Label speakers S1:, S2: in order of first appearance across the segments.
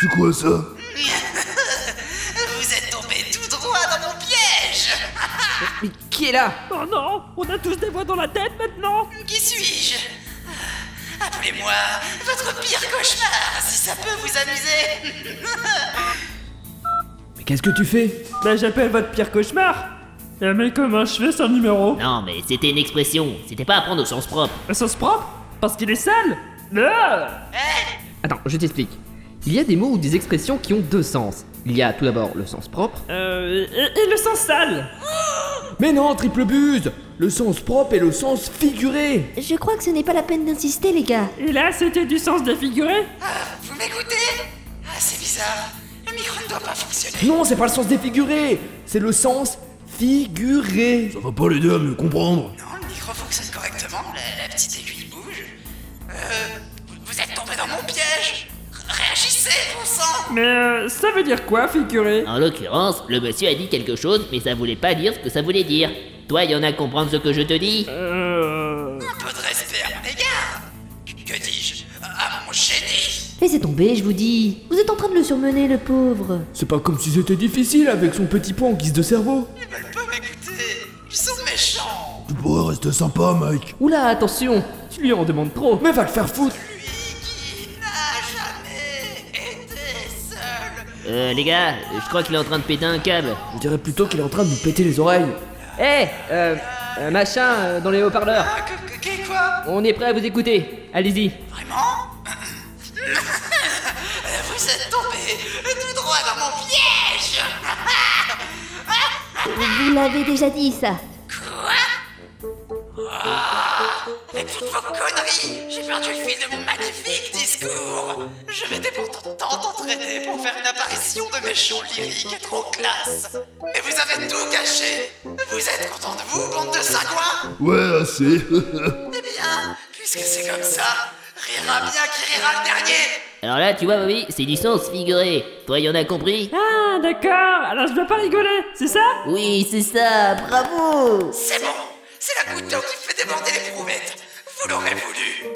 S1: C'est quoi ça
S2: Vous êtes tombé tout droit dans mon piège
S3: Mais qui est là
S4: Oh non On a tous des voix dans la tête maintenant
S2: Qui suis-je Ah, Appelez-moi votre pire cauchemar, si ça peut vous amuser
S3: Mais qu'est-ce que tu fais
S4: Bah j'appelle votre pire cauchemar Et Eh, mais comment je fais son numéro
S5: Non, mais c'était une expression, c'était pas à prendre au sens propre.
S4: Au sens propre Parce qu'il est sale Ah
S2: Eh,
S6: Attends, je t'explique. Il y a des mots ou des expressions qui ont deux sens. Il y a tout d'abord le sens propre.
S4: euh, et, et le sens sale
S3: Mais non, triple buse Le sens propre et le sens figuré
S7: Je crois que ce n'est pas la peine d'insister, les gars.
S4: Et là c'était du sens défiguré
S2: Vous m'écoutez Ah, c'est bizarre. Le micro ne doit pas fonctionner.
S3: Non, c'est pas le sens défiguré C'est le sens figuré
S1: Ça va pas l'aider à mieux comprendre.
S2: Non, le micro fonctionne correctement, la, la petite aiguille bouge. Euh, vous- vous êtes tombé dans mon piège Réagissez, bon sang
S4: Mais euh, ça veut dire quoi figuré
S5: En l'occurrence, le monsieur a dit quelque chose, mais ça voulait pas dire ce que ça voulait dire. Toi, y'en a à comprendre ce que je te dis
S4: Euh...
S2: Un peu de respect à mon égard Que dis-je À mon génie
S7: Laissez tomber, je vous dis. Vous êtes en train de le surmener, le pauvre.
S3: C'est pas comme si c'était difficile avec son petit poing en guise de cerveau
S2: Ils veulent pas m'écouter Ils sont méchants
S1: Tu pourrais rester sympa, Mike.
S6: Oula, attention Tu lui en demandes trop.
S3: Mais va le faire foutre
S2: Lui qui n'a jamais été seul
S5: Euh, les gars, je crois qu'il est en train de péter un câble.
S3: Je dirais plutôt qu'il est en train de nous péter les oreilles
S6: Hé euh, euh, Machin euh, dans les haut-parleurs.
S2: Ah, que- que- que- quoi
S6: On est prêt à vous écouter. Allez-y.
S2: Vraiment Vous êtes tombé tout droit dans mon piège
S7: Vous l'avez déjà dit, ça.
S2: Quoi Ah, Mais toutes vos conneries J'ai perdu le fil de mon magnifique discours Je m'étais pourtant tant entraîné pour faire une apparition de méchant lyrique et trop classe Mais vous avez tout gâché Vous êtes content de vous, bande de sagouins
S1: Ouais, assez.
S2: Eh bien, puisque c'est comme ça, rira bien qui rira le dernier
S5: Alors là, tu vois, oui, c'est du sens figuré. Toi, y'en a compris
S4: Ah d'accord Alors je dois pas rigoler, c'est ça
S5: Oui, c'est ça, bravo
S2: C'est bon, c'est la goutte d'eau qui fait déborder les prouvettes. Vous l'aurez voulu.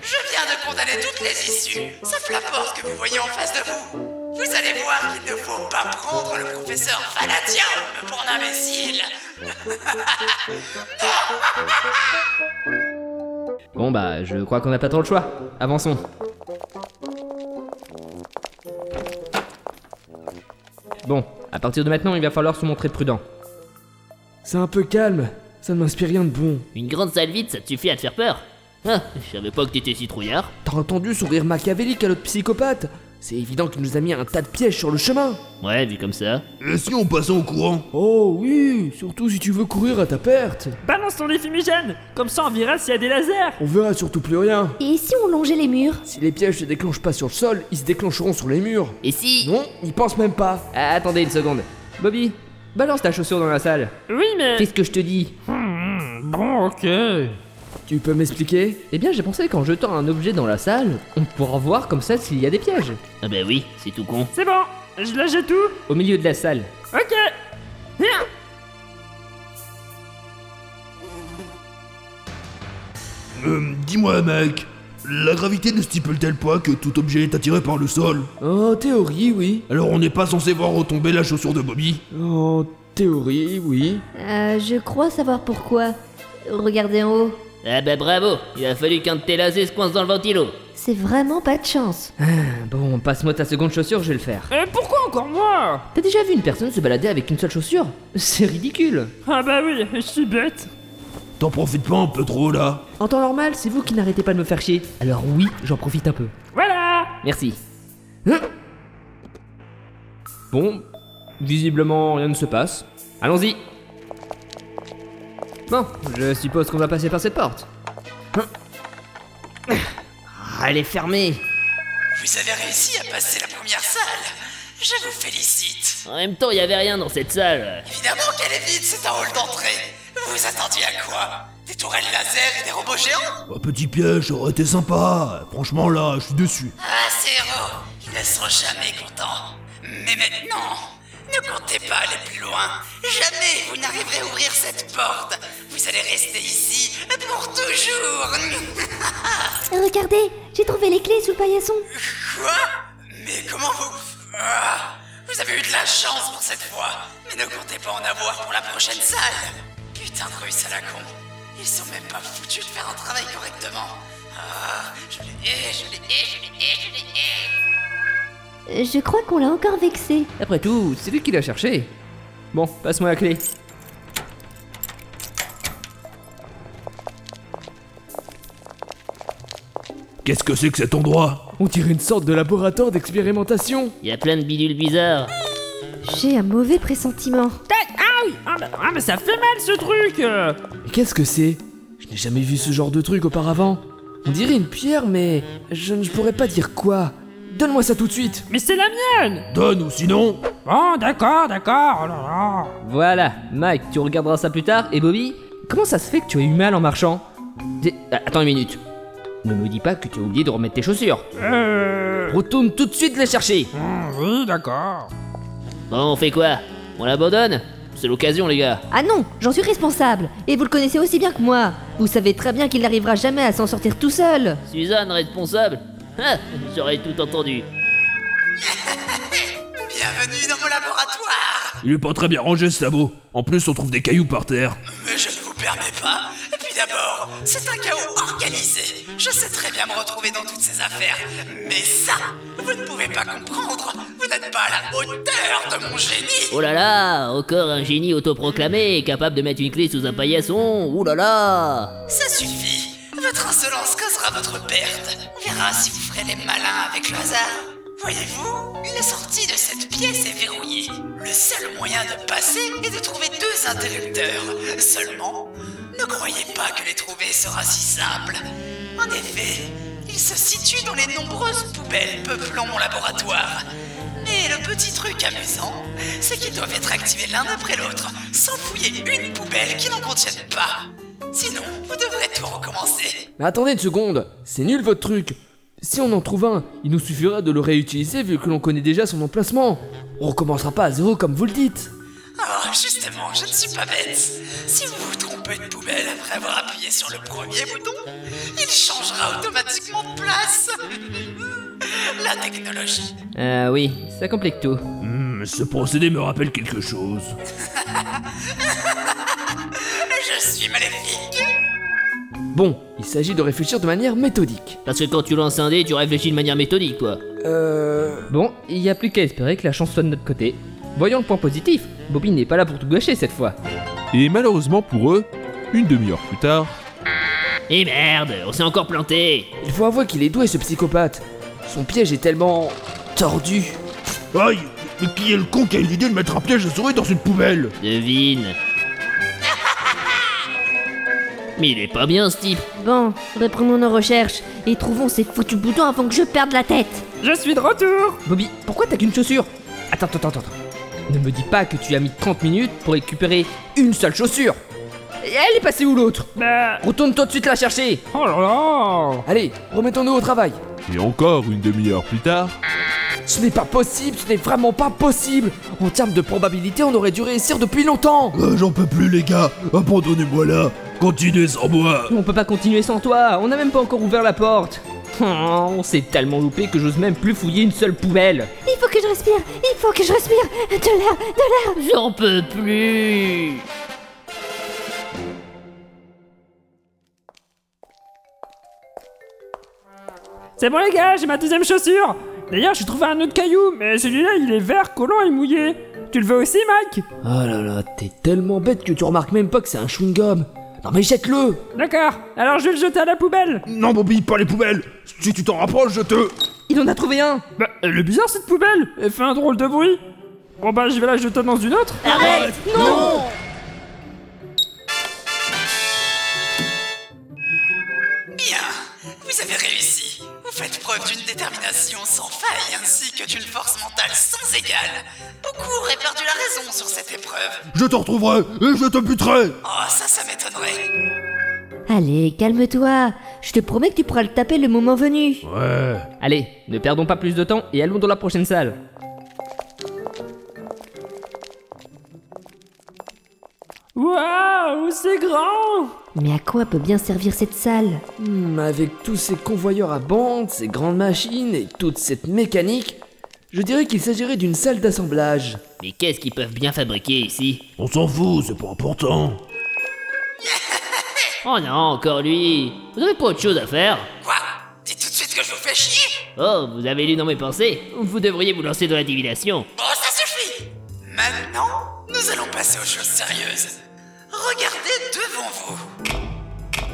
S2: Je viens de condamner toutes les issues, sauf la porte que vous voyez en face de vous. Vous allez voir qu'il ne faut pas prendre le professeur Valadium pour un imbécile.
S6: Bon bah, je crois qu'on n'a pas trop le choix. Avançons. Bon, à partir de maintenant, il va falloir se montrer prudent.
S3: C'est un peu calme, ça ne m'inspire rien de bon.
S5: Une grande salle vide, ça te suffit à te faire peur Ah, je savais pas que t'étais si trouillard.
S3: T'as entendu son rire machiavélique à notre psychopathe C'est évident qu'il nous a mis un tas de pièges sur le chemin
S5: Ouais, vu comme ça.
S1: Et si on passait au courant
S3: Oh oui, surtout si tu veux courir à ta perte
S4: Balance ton fumigènes Comme ça on verra s'il y a des lasers
S3: On verra surtout plus rien
S7: Et si on longeait les murs
S3: Si les pièges se déclenchent pas sur le sol, ils se déclencheront sur les murs
S5: Et si
S3: Non, ils pensent même pas
S6: Ah, attendez une seconde. Bobby, balance ta chaussure dans la salle.
S4: Oui mais...
S6: Qu'est-ce que je te dis
S4: Bon ok...
S3: Tu peux m'expliquer
S6: Eh bien, j'ai pensé qu'en jetant un objet dans la salle, on pourra voir comme ça s'il y a des pièges.
S5: Ah bah oui, c'est tout con.
S4: C'est bon Je lâche tout
S6: Au milieu de la salle.
S4: Ok Viens
S1: Euh, Dis-moi, mec. La gravité ne stipule-t-elle pas que tout objet est attiré par le sol
S3: En Oh, théorie, oui.
S1: Alors on n'est pas censé voir retomber la chaussure de Bobby
S3: En Oh, théorie, oui.
S7: Euh, je crois savoir pourquoi. Regardez en haut.
S5: Ah bah bravo Il a fallu qu'un de tes lasers se coince dans le ventilo.
S7: C'est vraiment pas de chance.
S6: Ah, Bon, passe-moi ta seconde chaussure, je vais le faire.
S4: Et Euh, pourquoi encore moi
S6: T'as déjà vu une personne se balader avec une seule chaussure C'est ridicule.
S4: Ah bah oui, je suis bête
S1: T'en profites pas un peu trop là
S6: En temps normal, c'est vous qui n'arrêtez pas de me faire chier. Alors oui, j'en profite un peu.
S4: Voilà
S6: Merci. Hein bon, visiblement rien ne se passe. Allons-y. Bon, je suppose qu'on va passer par cette porte. Hein Ah, elle est fermée.
S2: Vous avez réussi à passer la première salle. Je vous félicite.
S5: En même temps, il y avait rien dans cette salle.
S2: Évidemment qu'elle est vide, c'est un hall d'entrée. Vous vous attendiez à quoi Des tourelles laser et des robots géants
S1: Un petit piège ça aurait été sympa. Franchement là, je suis déçu.
S2: Ah, ces héros, ils ne seront jamais contents. Mais maintenant, ne comptez pas aller plus loin. Jamais vous n'arriverez à ouvrir cette porte. Vous allez rester ici pour toujours.
S7: Regardez, j'ai trouvé les clés sous le paillasson.
S2: Quoi Mais comment Comment vous... Ah, vous avez eu de la chance pour cette fois, mais ne comptez pas en avoir pour la prochaine salle. Putain de Russes à la con. Ils sont même pas foutus de faire un travail correctement. Ah, je les hais, je les hais, je les hais, je les hais.
S7: Euh, Je crois qu'on l'a encore vexé.
S8: Après tout, c'est lui qui l'a cherché. Bon, passe-moi la clé.
S1: Qu'est-ce que c'est que cet endroit
S6: On dirait une sorte de laboratoire d'expérimentation.
S5: Y a plein de bidules bizarres.
S7: J'ai un mauvais pressentiment.
S4: Aïe ah, bah- ah, mais ça fait mal ce truc euh.
S6: Mais qu'est-ce que c'est Je n'ai jamais vu ce genre de truc auparavant. On dirait une pierre, mais je ne pourrais pas dire quoi. Donne-moi ça tout de suite.
S4: Mais c'est la mienne
S1: Donne ou sinon
S4: Bon, d'accord, d'accord, oh là là.
S8: Voilà, Mike, tu regarderas ça plus tard. Et Bobby, comment ça se fait que tu as eu mal en marchant Dé- Ah, Attends une minute. Ne me dis pas que tu as oublié de remettre tes chaussures.
S4: Euh...
S8: Retourne tout de suite les chercher.
S4: hmm, Oui, d'accord.
S5: Bon, Bah, on fait quoi On l'abandonne C'est l'occasion, les gars.
S7: Ah non, j'en suis responsable. Et vous le connaissez aussi bien que moi. Vous savez très bien qu'il n'arrivera jamais à s'en sortir tout seul.
S5: Suzanne, responsable Ah, J'aurais tout entendu.
S2: Bienvenue dans mon laboratoire
S1: Il est pas très bien rangé ce sabot. En plus, on trouve des cailloux par terre.
S2: Mais Euh, je ne vous permets pas. Et puis d'abord, c'est un chaos organisé. Je sais très bien me retrouver dans toutes ces affaires. Mais ça, vous ne pouvez pas comprendre. Vous n'êtes pas à la hauteur de mon génie.
S5: Oh là là Encore un génie autoproclamé, capable de mettre une clé sous un paillasson Ouh là là
S2: Ça suffit. Votre insolence causera votre perte. On verra si vous ferez les malins avec le hasard. Voyez-vous, la sortie de cette pièce est verrouillée. Le seul moyen de passer est de trouver deux interrupteurs. Seulement, ne croyez pas que les trouver sera si simple. En effet, ils se situent dans les nombreuses poubelles peuplant mon laboratoire. Mais le petit truc amusant, c'est qu'ils doivent être activés l'un après l'autre, sans fouiller une poubelle qui n'en contienne pas. Sinon, vous devrez tout recommencer.
S6: Mais attendez une seconde, c'est nul votre truc. Si on en trouve un, il nous suffira de le réutiliser vu que l'on connaît déjà son emplacement. On recommencera pas à zéro comme vous le dites.
S2: Alors Ah, justement, je ne suis pas bête. Si vous vous trompez de poubelle après avoir appuyé sur le premier bouton, il changera automatiquement de place. La technologie.
S8: Euh, oui, ça complique tout.
S1: Hmm, ce procédé me rappelle quelque chose.
S2: Je suis maléfique.
S6: Bon, il s'agit de réfléchir de manière méthodique.
S5: Parce que quand tu lances un dé, tu réfléchis de manière méthodique, quoi.
S6: Euh...
S8: Bon, il n'y a plus qu'à espérer que la chance soit de notre côté. Voyons le point positif. Bobby n'est pas là pour tout gâcher cette fois.
S9: Et malheureusement pour eux, une demi-heure plus tard,
S5: Et Eh merde On s'est encore planté
S6: Il faut avouer qu'il est doué ce psychopathe. Son piège est tellement... tordu.
S1: Aïe Mais qui est le con qui a eu l'idée de mettre un piège à souris dans une poubelle
S5: Devine Mais il est pas bien, ce type
S7: Bon, reprenons nos recherches et trouvons ces foutus boutons avant que je perde la tête.
S4: Je suis de retour
S8: Bobby, pourquoi t'as qu'une chaussure attends, attends, attends, attends. Ne me dis pas que tu as mis 30 minutes pour récupérer une seule chaussure. Et Elle est passée où l'autre
S4: Bah...
S8: Retourne tout de suite la chercher.
S4: Oh là là
S6: Allez, remettons-nous au travail.
S9: et encore une demi-heure plus tard,
S6: Ce n'est pas possible, ce n'est vraiment pas possible. En termes de probabilité, on aurait dû réussir depuis longtemps.
S1: Euh, J'en peux plus les gars Abandonnez-moi là Continuez sans moi
S8: On peut pas continuer sans toi. On n'a même pas encore ouvert la porte. Oh, on s'est tellement loupé que j'ose même plus fouiller une seule poubelle.
S7: Il faut que je respire, il faut que je respire. De l'air, de l'air.
S5: J'en peux plus
S4: C'est bon les gars, j'ai ma deuxième chaussure D'ailleurs, j'ai trouvé un autre caillou, mais celui-là, il est vert, collant et mouillé. Tu le veux aussi, Mike
S6: Oh là là, t'es tellement bête que tu remarques même pas que c'est un chewing-gum. Non mais jette-le
S4: D'accord, alors je vais le jeter à la poubelle
S1: Non Bobby, pas les poubelles Si tu t'en rapproches, je te...
S8: Il en a trouvé un.
S4: Bah, elle est bizarre cette poubelle Elle fait un drôle de bruit Bon bah, je vais la jeter dans une autre
S7: Arrête Non,
S2: Bien, vous avez réussi. Vous faites preuve d'une détermination sans faille ainsi que d'une force mentale sans égale. Beaucoup auraient perdu la raison sur cette épreuve.
S1: Je te retrouverai et je te buterai
S2: Oh, ça, ça m'étonnerait.
S7: Allez, calme-toi. Je te promets que tu pourras le taper le moment venu.
S1: Ouais...
S8: Allez, ne perdons pas plus de temps et allons dans la prochaine salle.
S4: Waouh, c'est grand
S7: Mais à quoi peut bien servir cette salle
S6: Hmm, Avec tous ces convoyeurs à bande, ces grandes machines et toute cette mécanique, Je dirais qu'il s'agirait d'une salle d'assemblage.
S5: Mais qu'est-ce qu'ils peuvent bien fabriquer ici
S1: On s'en fout, c'est pas important.
S5: Oh non, encore lui Vous avez pas autre chose à faire
S2: Quoi Dites tout de suite que je vous fais chier
S5: Oh, vous avez lu dans mes pensées Vous devriez vous lancer dans la divination.
S2: Bon, ça suffit Maintenant, nous allons passer aux choses sérieuses. Regardez devant vous.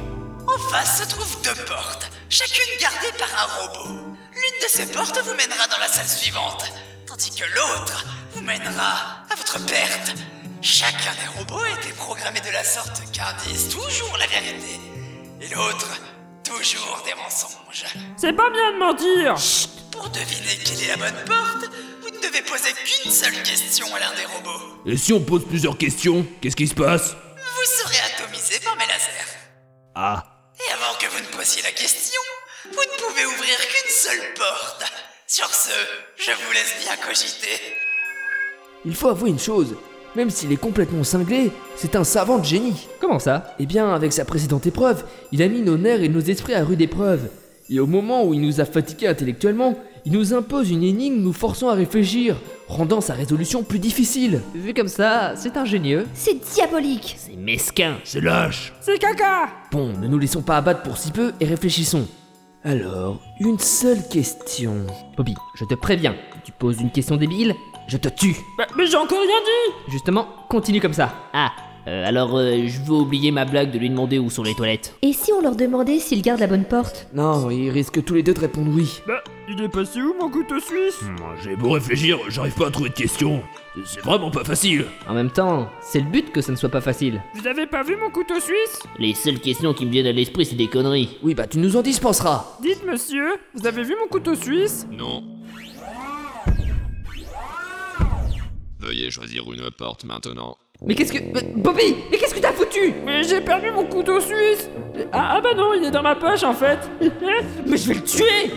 S2: En face se trouvent deux portes, chacune gardée par un robot. L'une de ces portes vous mènera dans la salle suivante, tandis que l'autre vous mènera à votre perte. Chacun des robots a été programmé de la sorte qu'un dise toujours la vérité, et l'autre toujours des mensonges.
S4: C'est pas bien de mentir
S2: Pour deviner quelle est la bonne porte, vous ne devez poser qu'une seule question à l'un des robots.
S1: Et si on pose plusieurs questions, qu'est-ce qui se passe
S2: Vous serez atomisé par mes lasers.
S1: Ah,
S2: Et avant que vous ne posiez la question, vous ne pouvez ouvrir qu'une seule porte. Sur ce, je vous laisse bien cogiter.
S6: Il faut avouer une chose, même s'il est complètement cinglé, c'est un savant de génie.
S8: Comment ça
S6: Eh bien, avec sa précédente épreuve, il a mis nos nerfs et nos esprits à rude épreuve. Et au moment où il nous a fatigués intellectuellement, il nous impose une énigme nous forçant à réfléchir, rendant sa résolution plus difficile.
S8: Vu comme ça, c'est ingénieux.
S7: C'est diabolique
S5: C'est mesquin.
S1: c'est lâche.
S4: C'est caca
S6: Bon, ne nous laissons pas abattre pour si peu et réfléchissons. Alors, une seule question.
S8: Bobby, je te préviens, si tu poses une question débile, je te tue.
S4: Bah, Mais j'ai encore rien dit
S8: Justement, continue comme ça.
S5: Ah, euh, alors euh, je veux oublier ma blague de lui demander où sont les toilettes.
S7: Et si on leur demandait s'ils gardent la bonne porte
S6: Non, ils risquent tous les deux de répondre oui.
S4: Bah, il est passé où mon couteau suisse
S1: Moi, J'ai beau réfléchir, j'arrive pas à trouver de questions. C'est vraiment pas facile.
S8: En même temps, c'est le but que ça ne soit pas facile.
S4: Vous avez pas vu mon couteau suisse
S5: Les seules questions qui me viennent à l'esprit, c'est des conneries.
S6: Oui, bah tu nous en dispenseras.
S4: Dites monsieur, vous avez vu mon couteau suisse
S10: Non. Veuillez choisir une porte maintenant.
S8: Mais qu'est-ce que. mais- Bobby Mais qu'est-ce que t'as foutu
S4: Mais j'ai perdu mon couteau suisse ah, ah bah non, il est dans ma poche en fait
S8: Mais je vais le tuer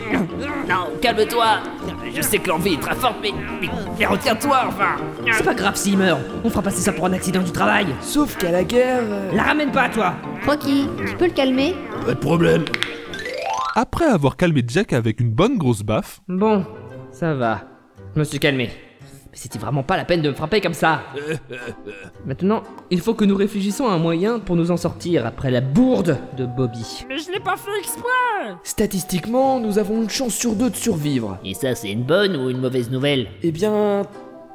S5: Non, calme-toi Je sais que l'envie est très forte, mais...
S8: Mais retiens-toi enfin C'est pas grave s'il meurt, on fera passer ça pour un accident du travail
S6: Sauf qu'à la guerre... euh,
S8: La ramène pas toi
S7: Francky, tu peux le calmer
S1: Pas de problème.
S9: Après avoir calmé Jack avec une bonne grosse baffe,
S8: Bon, ça va. Je me suis calmé. Mais c'était vraiment pas la peine de me frapper comme ça Maintenant, il faut que nous réfléchissions à un moyen pour nous en sortir après la bourde de Bobby.
S4: Mais je l'ai pas fait exprès
S6: Statistiquement, nous avons une chance sur deux de survivre.
S5: Et ça, c'est une bonne ou une mauvaise nouvelle
S6: Eh bien...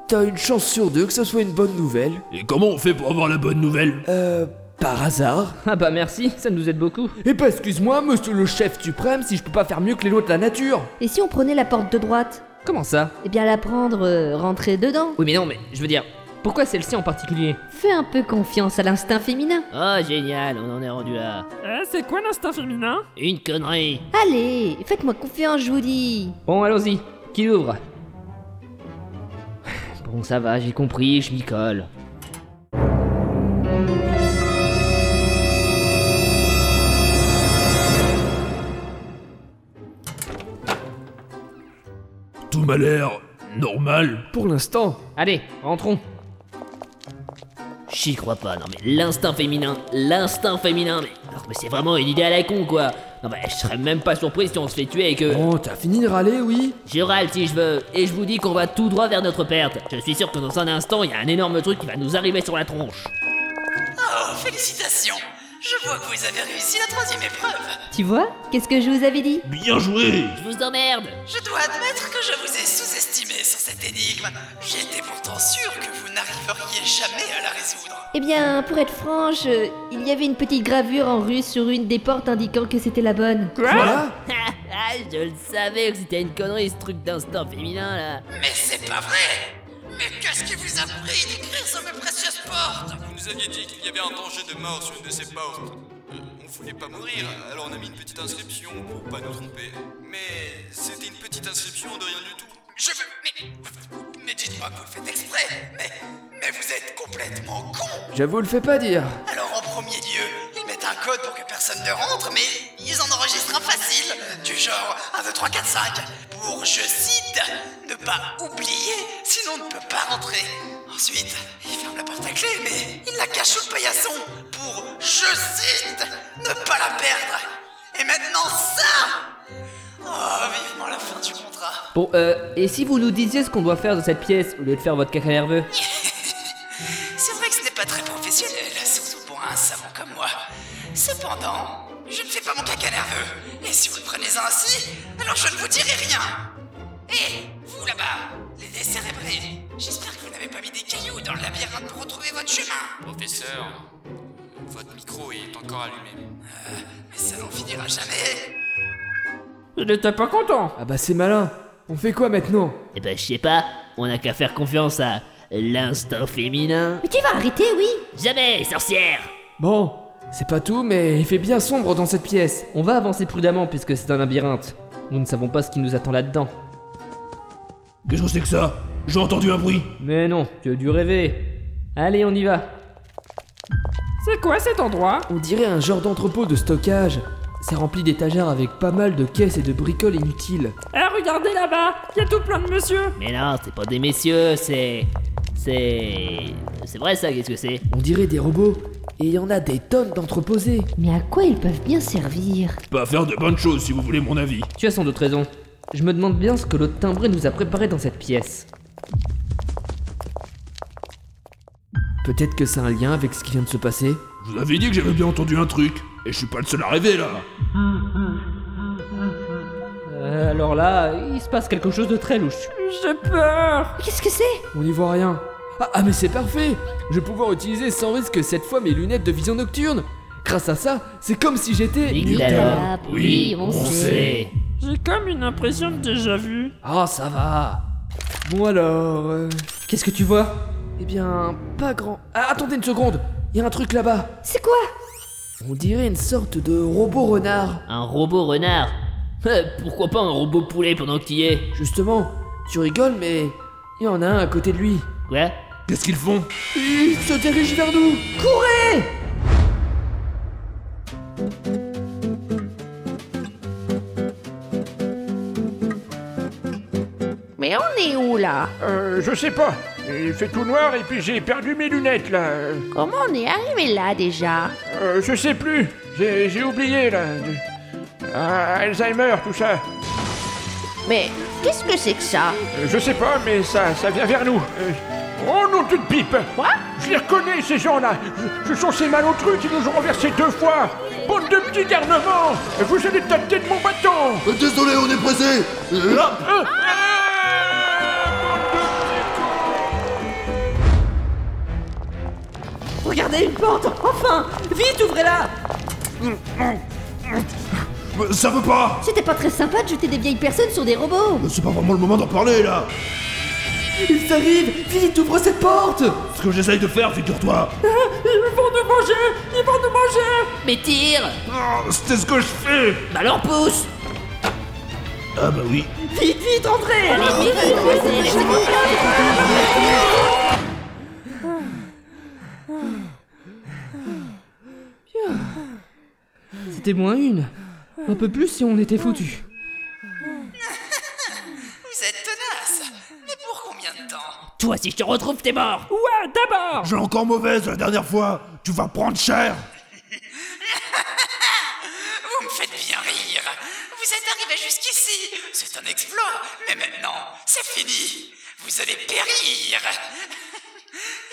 S6: T'as une chance sur deux que ce soit une bonne nouvelle.
S1: Et comment on fait pour avoir la bonne nouvelle
S6: Euh... Par hasard
S8: Ah bah merci, ça nous aide beaucoup.
S6: Eh ben excuse-moi, monsieur le chef suprême, si je peux pas faire mieux que les lois de la nature
S7: Et si on prenait la porte de droite
S8: Comment ça
S7: Eh bien la prendre, euh, rentrer dedans
S8: Oui mais non mais je veux dire, pourquoi celle-ci en particulier
S7: Fais un peu confiance à l'instinct féminin
S5: Oh, génial, on en est rendu là.
S4: Eh, c'est quoi l'instinct féminin
S5: Une connerie
S7: Allez, faites-moi confiance, je vous dis
S8: Bon allons-y, qui ouvre Bon ça va, j'ai compris, je m'y colle.
S1: Tout m'a l'air normal.
S6: Pour l'instant,
S8: Allez, rentrons.
S5: J'y crois pas, non mais l'instinct féminin, l'instinct féminin, mais... Non mais c'est vraiment une idée à la con, quoi Non mais je serais même pas surpris si on se fait tuer et que...
S6: bon, Oh, t'as fini de râler, oui
S5: Je râle si je veux, et je vous dis qu'on va tout droit vers notre perte. Je suis sûr que dans un instant, il y a un énorme truc qui va nous arriver sur la tronche.
S2: Oh, félicitations Je vois que vous avez réussi la troisième épreuve.
S7: Tu vois Qu'est-ce que je vous avais dit
S1: Bien joué
S5: Je vous emmerde
S2: Je dois admettre que je vous ai sous-estimé sur cette énigme. J'étais pourtant sûr que vous n'arriveriez jamais à la résoudre.
S7: Eh bien, pour être franche, euh, il y avait une petite gravure en russe sur une des portes indiquant que c'était la bonne.
S6: Voilà
S5: Ah, ah, je le savais que c'était une connerie ce truc d'instinct féminin là.
S2: Mais c'est pas vrai Mais qu'est-ce qui vous a pris d'écrire sur mes précieuses portes
S11: Vous nous aviez dit qu'il y avait un danger de mort sur une de ces portes. Euh, On voulait pas mourir, alors on a mis une petite inscription pour pas nous tromper. Mais c'était une petite inscription de rien du tout.
S2: Je veux... Mais... Mais dites-moi que vous le faites exprès Mais... Mais vous êtes complètement con
S6: Je vous le fais pas dire.
S2: Alors en premier lieu, ils mettent un code pour que personne ne rentre, mais ils en enregistrent un facile, du genre 1, 2, 3, 4, 5, pour, je cite, ne pas oublier, sinon on ne peut pas rentrer. Ensuite, ils ferment la porte à clé, mais ils la cachent sous le paillasson, pour, je cite, ne pas la perdre. Et maintenant ça Oh, vivement la fin du contrat.
S8: Bon, euh, et si vous nous disiez ce qu'on doit faire de cette pièce au lieu de faire votre caca nerveux
S2: C'est vrai que ce n'est pas très professionnel, surtout pour un savant comme moi. Cependant, je ne fais pas mon caca nerveux. Et si vous le prenez ainsi, alors je ne vous dirai rien. Hé, vous là-bas, les décérébrés, j'espère que vous n'avez pas mis des cailloux dans le labyrinthe pour retrouver votre chemin.
S11: Professeur, votre micro est encore allumé.
S2: Euh, Mais ça n'en finira jamais.
S4: Il était pas content.
S6: Ah bah c'est malin. On fait quoi maintenant
S5: Eh ben, je sais pas, on a qu'à faire confiance à l'instinct féminin.
S7: Mais tu vas arrêter, oui
S5: Jamais, sorcière
S6: Bon, c'est pas tout, mais il fait bien sombre dans cette pièce.
S8: On va avancer prudemment puisque c'est un labyrinthe. Nous ne savons pas ce qui nous attend là-dedans.
S1: Qu'est-ce que c'est que ça J'ai entendu un bruit.
S8: Mais non, tu as dû rêver. Allez, on y va.
S4: C'est quoi cet endroit
S6: On dirait un genre d'entrepôt de stockage. C'est rempli d'étagères avec pas mal de caisses et de bricoles inutiles.
S4: Eh, regardez là-bas Il y a tout plein de monsieur
S5: Mais non, c'est pas des messieurs, c'est. C'est. C'est vrai ça, qu'est-ce que c'est
S6: On dirait des robots. Et il y en a des tonnes d'entreposés.
S7: Mais à quoi ils peuvent bien servir
S1: Pas faire de bonnes choses si vous voulez mon avis.
S8: Tu as sans doute raison. Je me demande bien ce que l'autre timbré nous a préparé dans cette pièce.
S6: Peut-être que c'est un lien avec ce qui vient de se passer.
S1: Je vous avais dit que j'avais bien entendu un truc. Et je suis pas le seul à rêver là.
S8: Euh, alors là, il se passe quelque chose de très louche.
S4: J'ai peur
S7: Qu'est-ce que c'est
S6: On n'y voit rien. Ah, ah, mais c'est parfait Je vais pouvoir utiliser sans risque cette fois mes lunettes de vision nocturne. Grâce à ça, c'est comme si j'étais...
S5: Nicolas,
S7: oui, on sait.
S4: J'ai comme une impression de déjà vu.
S6: Ah, ça va Bon alors... euh,
S8: Qu'est-ce que tu vois
S6: eh bien, pas grand... Ah, attendez une seconde Il y a un truc là-bas.
S7: C'est quoi
S6: On dirait une sorte de robot renard.
S5: Un robot renard Euh, Pourquoi pas un robot poulet pendant que tu y es
S6: Justement, tu rigoles, mais... Il y en a un à côté de lui.
S5: Quoi
S1: Qu'est-ce qu'ils font
S6: Il se dirige vers nous
S12: Mais on est où là
S3: Euh, je sais pas. Il fait tout noir et puis j'ai perdu mes lunettes là.
S12: Comment on est arrivé là déjà
S3: Euh, je sais plus. J'ai j'ai oublié là. De- Ah, Alzheimer, tout ça.
S12: Mais qu'est-ce que c'est que ça
S3: Euh, je sais pas, mais ça, ça vient vers nous. Euh, oh non, toute pipe
S12: Quoi
S3: Je les reconnais ces gens-là. Je, ce sont ces malautrus qui nous ont renversés deux fois. Bande de petits garnements Vous allez tâter de mon bâton
S1: Euh, Désolé, on est pressé. Euh, là
S3: Euh, ah,
S2: Regardez une porte, enfin Vite, ouvrez-la
S1: euh, Ça veut pas
S7: C'était pas très sympa de jeter des vieilles personnes sur des robots
S1: Euh, C'est pas vraiment le moment d'en parler là
S6: Ils arrivent Vite, ouvre cette porte
S1: Ce que j'essaye de faire, figure-toi
S4: Ils vont nous manger Ils vont nous manger
S5: Mais tire
S1: Ah, C'était ce que je fais
S5: Bah alors pousse
S1: Ah bah oui
S2: Vite, vite, entrez
S8: C'était moins une. Un peu plus si on était foutus.
S2: Vous êtes tenace Mais pour combien de temps
S5: Toi, si je te retrouve, t'es mort
S4: Ouais, d'abord
S1: J'ai encore mauvaise la dernière fois Tu vas prendre cher
S2: Vous me faites bien rire Vous êtes arrivé jusqu'ici C'est un exploit Mais maintenant, c'est fini Vous allez périr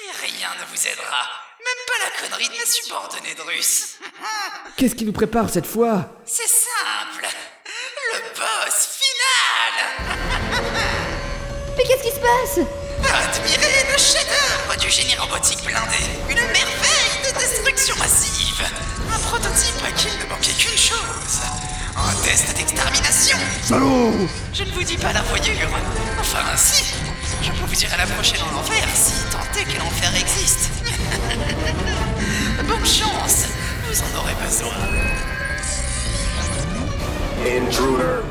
S2: Et rien ne vous aidera Même pas la connerie de mes subordonnés de russe
S6: Qu'est-ce qui nous prépare cette fois
S2: C'est simple Le boss final
S7: Mais qu'est-ce qui se passe
S2: Admirez le chef-d'œuvre du génie robotique blindé Une merveille de destruction massive Un prototype à qui il ne manquait qu'une chose Un test d'extermination
S1: Salaud
S2: Je ne vous dis pas la voyure Enfin, si Je peux vous dire à la prochaine en enfer, si tant est que l'enfer existe Bonne chance Vous en aurez besoin
S13: Intruder.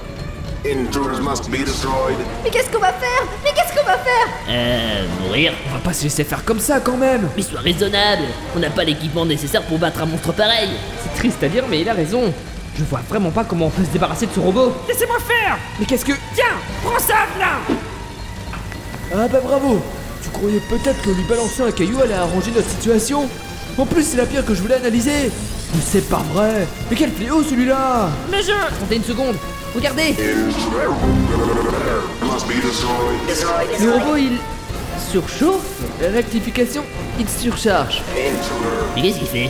S13: Intruders must be destroyed.
S7: Mais qu'est-ce qu'on va faire Mais qu'est-ce qu'on va faire
S5: Euh, mourir
S6: On va pas se laisser faire comme ça quand même
S5: Mais sois raisonnable On n'a pas l'équipement nécessaire pour battre un monstre pareil
S8: C'est triste à dire, mais il a raison. Je vois vraiment pas comment on peut se débarrasser de ce robot.
S4: Laissez-moi faire
S6: Mais qu'est-ce que...
S4: Tiens Prends ça, là
S6: Ah bah bravo Tu croyais peut-être que lui balancer un caillou allait arranger notre situation En plus, c'est la pierre que je voulais analyser Mais c'est pas vrai Mais quel fléau celui-là
S4: Mais je...
S6: Attendez une seconde Regardez
S13: Must be destroyed.
S6: Le robot il... Surchauffe Rectification, il surcharge.
S5: Mais qu'est-ce qu'il fait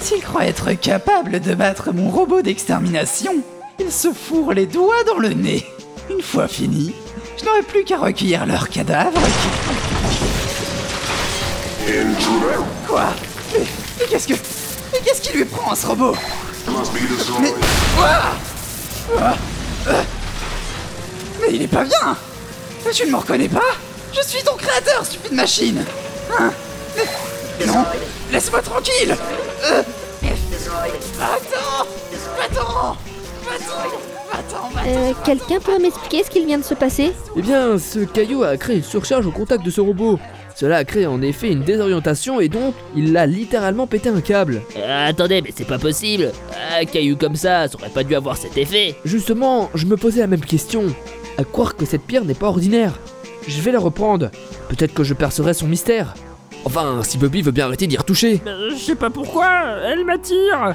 S2: S'il croit être capable de battre mon robot d'extermination, il se fourre les doigts dans le nez. Une fois fini, je n'aurai plus qu'à recueillir leurs cadavres qui...
S13: Intruder.
S2: Quoi Mais, mais qu'est-ce que... Mais qu'est-ce qui lui prend à ce robot
S13: Must be destroyed.
S2: Ah Ah Euh. Mais il est pas bien Mais Tu ne me reconnais pas Je suis ton créateur, stupide machine Hein Mais- Non Laisse-moi tranquille Euh. Attends Attends Attends
S7: Euh, quelqu'un pourrait m'expliquer ce qu'il vient de se passer
S6: Eh bien, ce caillou a créé une surcharge au contact de ce robot. Cela a créé en effet une désorientation et donc il l'a littéralement pété un câble.
S5: Euh, Attendez, mais c'est pas possible Un caillou comme ça, ça aurait pas dû avoir cet effet
S6: Justement, je me posais la même question. À croire que cette pierre n'est pas ordinaire. Je vais la reprendre. Peut-être que je percerai son mystère. Enfin, si Bobby veut bien arrêter d'y retoucher.
S4: Euh, Je sais pas pourquoi, elle m'attire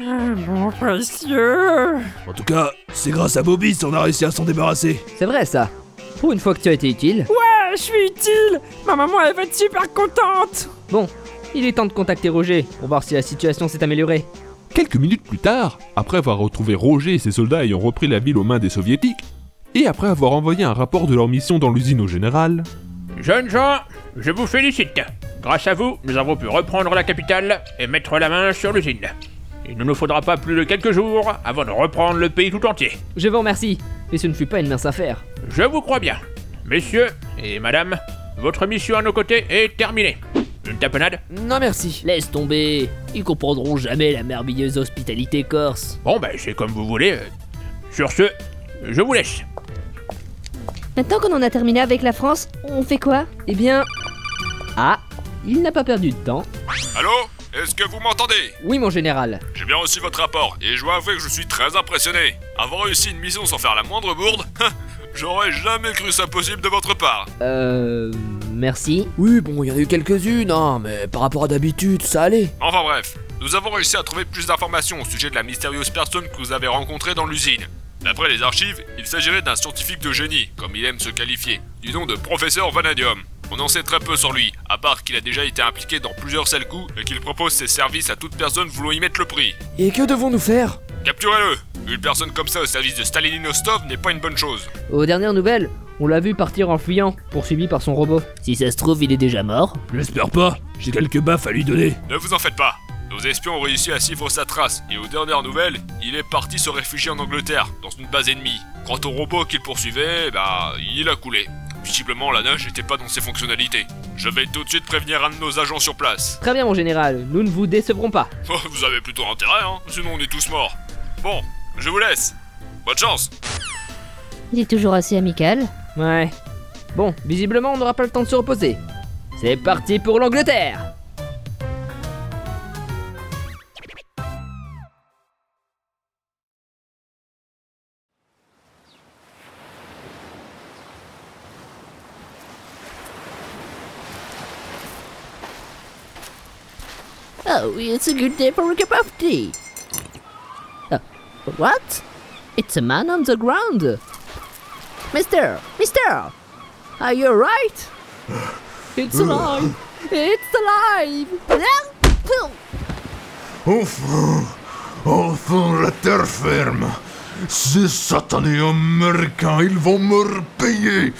S4: Ah, Mon précieux
S1: En tout cas, c'est grâce à Bobby si on a réussi à s'en débarrasser.
S8: C'est vrai ça. Pour une fois que tu as été utile.
S4: Ouais, je suis utile Ma maman, elle va être super contente
S8: Bon, il est temps de contacter Roger pour voir si la situation s'est améliorée.
S9: Quelques minutes plus tard, après avoir retrouvé Roger et ses soldats ayant repris la ville aux mains des soviétiques, et après avoir envoyé un rapport de leur mission dans l'usine au général,
S14: Jeunes gens, je vous félicite. Grâce à vous, nous avons pu reprendre la capitale et mettre la main sur l'usine. Il ne nous faudra pas plus de quelques jours avant de reprendre le pays tout entier.
S8: Je vous remercie, mais ce ne fut pas une mince affaire.
S14: Je vous crois bien. Messieurs et madame, votre mission à nos côtés est terminée. Une tapenade
S6: Non merci.
S5: Laisse tomber. Ils comprendront jamais la merveilleuse hospitalité corse.
S14: Bon ben c'est comme vous voulez. Sur ce, je vous laisse.
S7: Maintenant qu'on en a terminé avec la France, on fait quoi
S8: Eh bien... Ah, il n'a pas perdu de temps.
S15: Allô Est-ce que vous m'entendez
S8: Oui mon général.
S15: J'ai bien reçu votre rapport et je dois avouer que je suis très impressionné. Avoir réussi une mission sans faire la moindre bourde, j'aurais jamais cru ça possible de votre part.
S8: Euh... Merci.
S6: Oui, bon, il y en a eu quelques-unes, hein, mais par rapport à d'habitude, ça allait.
S15: Enfin bref, nous avons réussi à trouver plus d'informations au sujet de la mystérieuse personne que vous avez rencontrée dans l'usine. D'après les archives, il s'agirait d'un scientifique de génie, comme il aime se qualifier, du nom de professeur Vanadium. On en sait très peu sur lui, à part qu'il a déjà été impliqué dans plusieurs sales coups et qu'il propose ses services à toute personne voulant y mettre le prix.
S6: Et que devons-nous faire
S15: Capturez-le Une personne comme ça au service de Stalininostov n'est pas une bonne chose.
S8: Aux dernières nouvelles, on l'a vu partir en fuyant, poursuivi par son robot.
S5: Si ça se trouve, il est déjà mort.
S1: J'espère pas, j'ai quelques baffes à lui donner.
S15: Ne vous en faites pas Nos espions ont réussi à suivre sa trace, et aux dernières nouvelles, il est parti se réfugier en Angleterre, dans une base ennemie. Quant au robot qu'il poursuivait, bah, il a coulé. Visiblement, la nage n'était pas dans ses fonctionnalités. Je vais tout de suite prévenir un de nos agents sur place.
S8: Très bien mon général, nous ne vous décevrons pas.
S15: Oh, vous avez plutôt intérêt, hein Sinon, on est tous morts. Bon, je vous laisse. Bonne chance
S7: Il est toujours assez amical.
S8: Ouais. Bon, visiblement on n'aura pas le temps de se reposer. C'est parti pour l'Angleterre
S12: Oh, it's a good day for a cup of tea. Ah, what? It's a man on the ground. Mister, mister, are you alright?
S8: It's alive It's alive
S1: Enfin Enfin la terre ferme Ces satanés américains, ils vont me repayer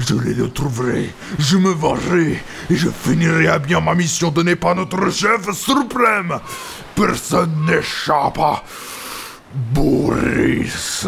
S1: Je les retrouverai, je me vengerai, et je finirai à bien ma mission donnée par notre chef suprême Personne n'échappe à... Boris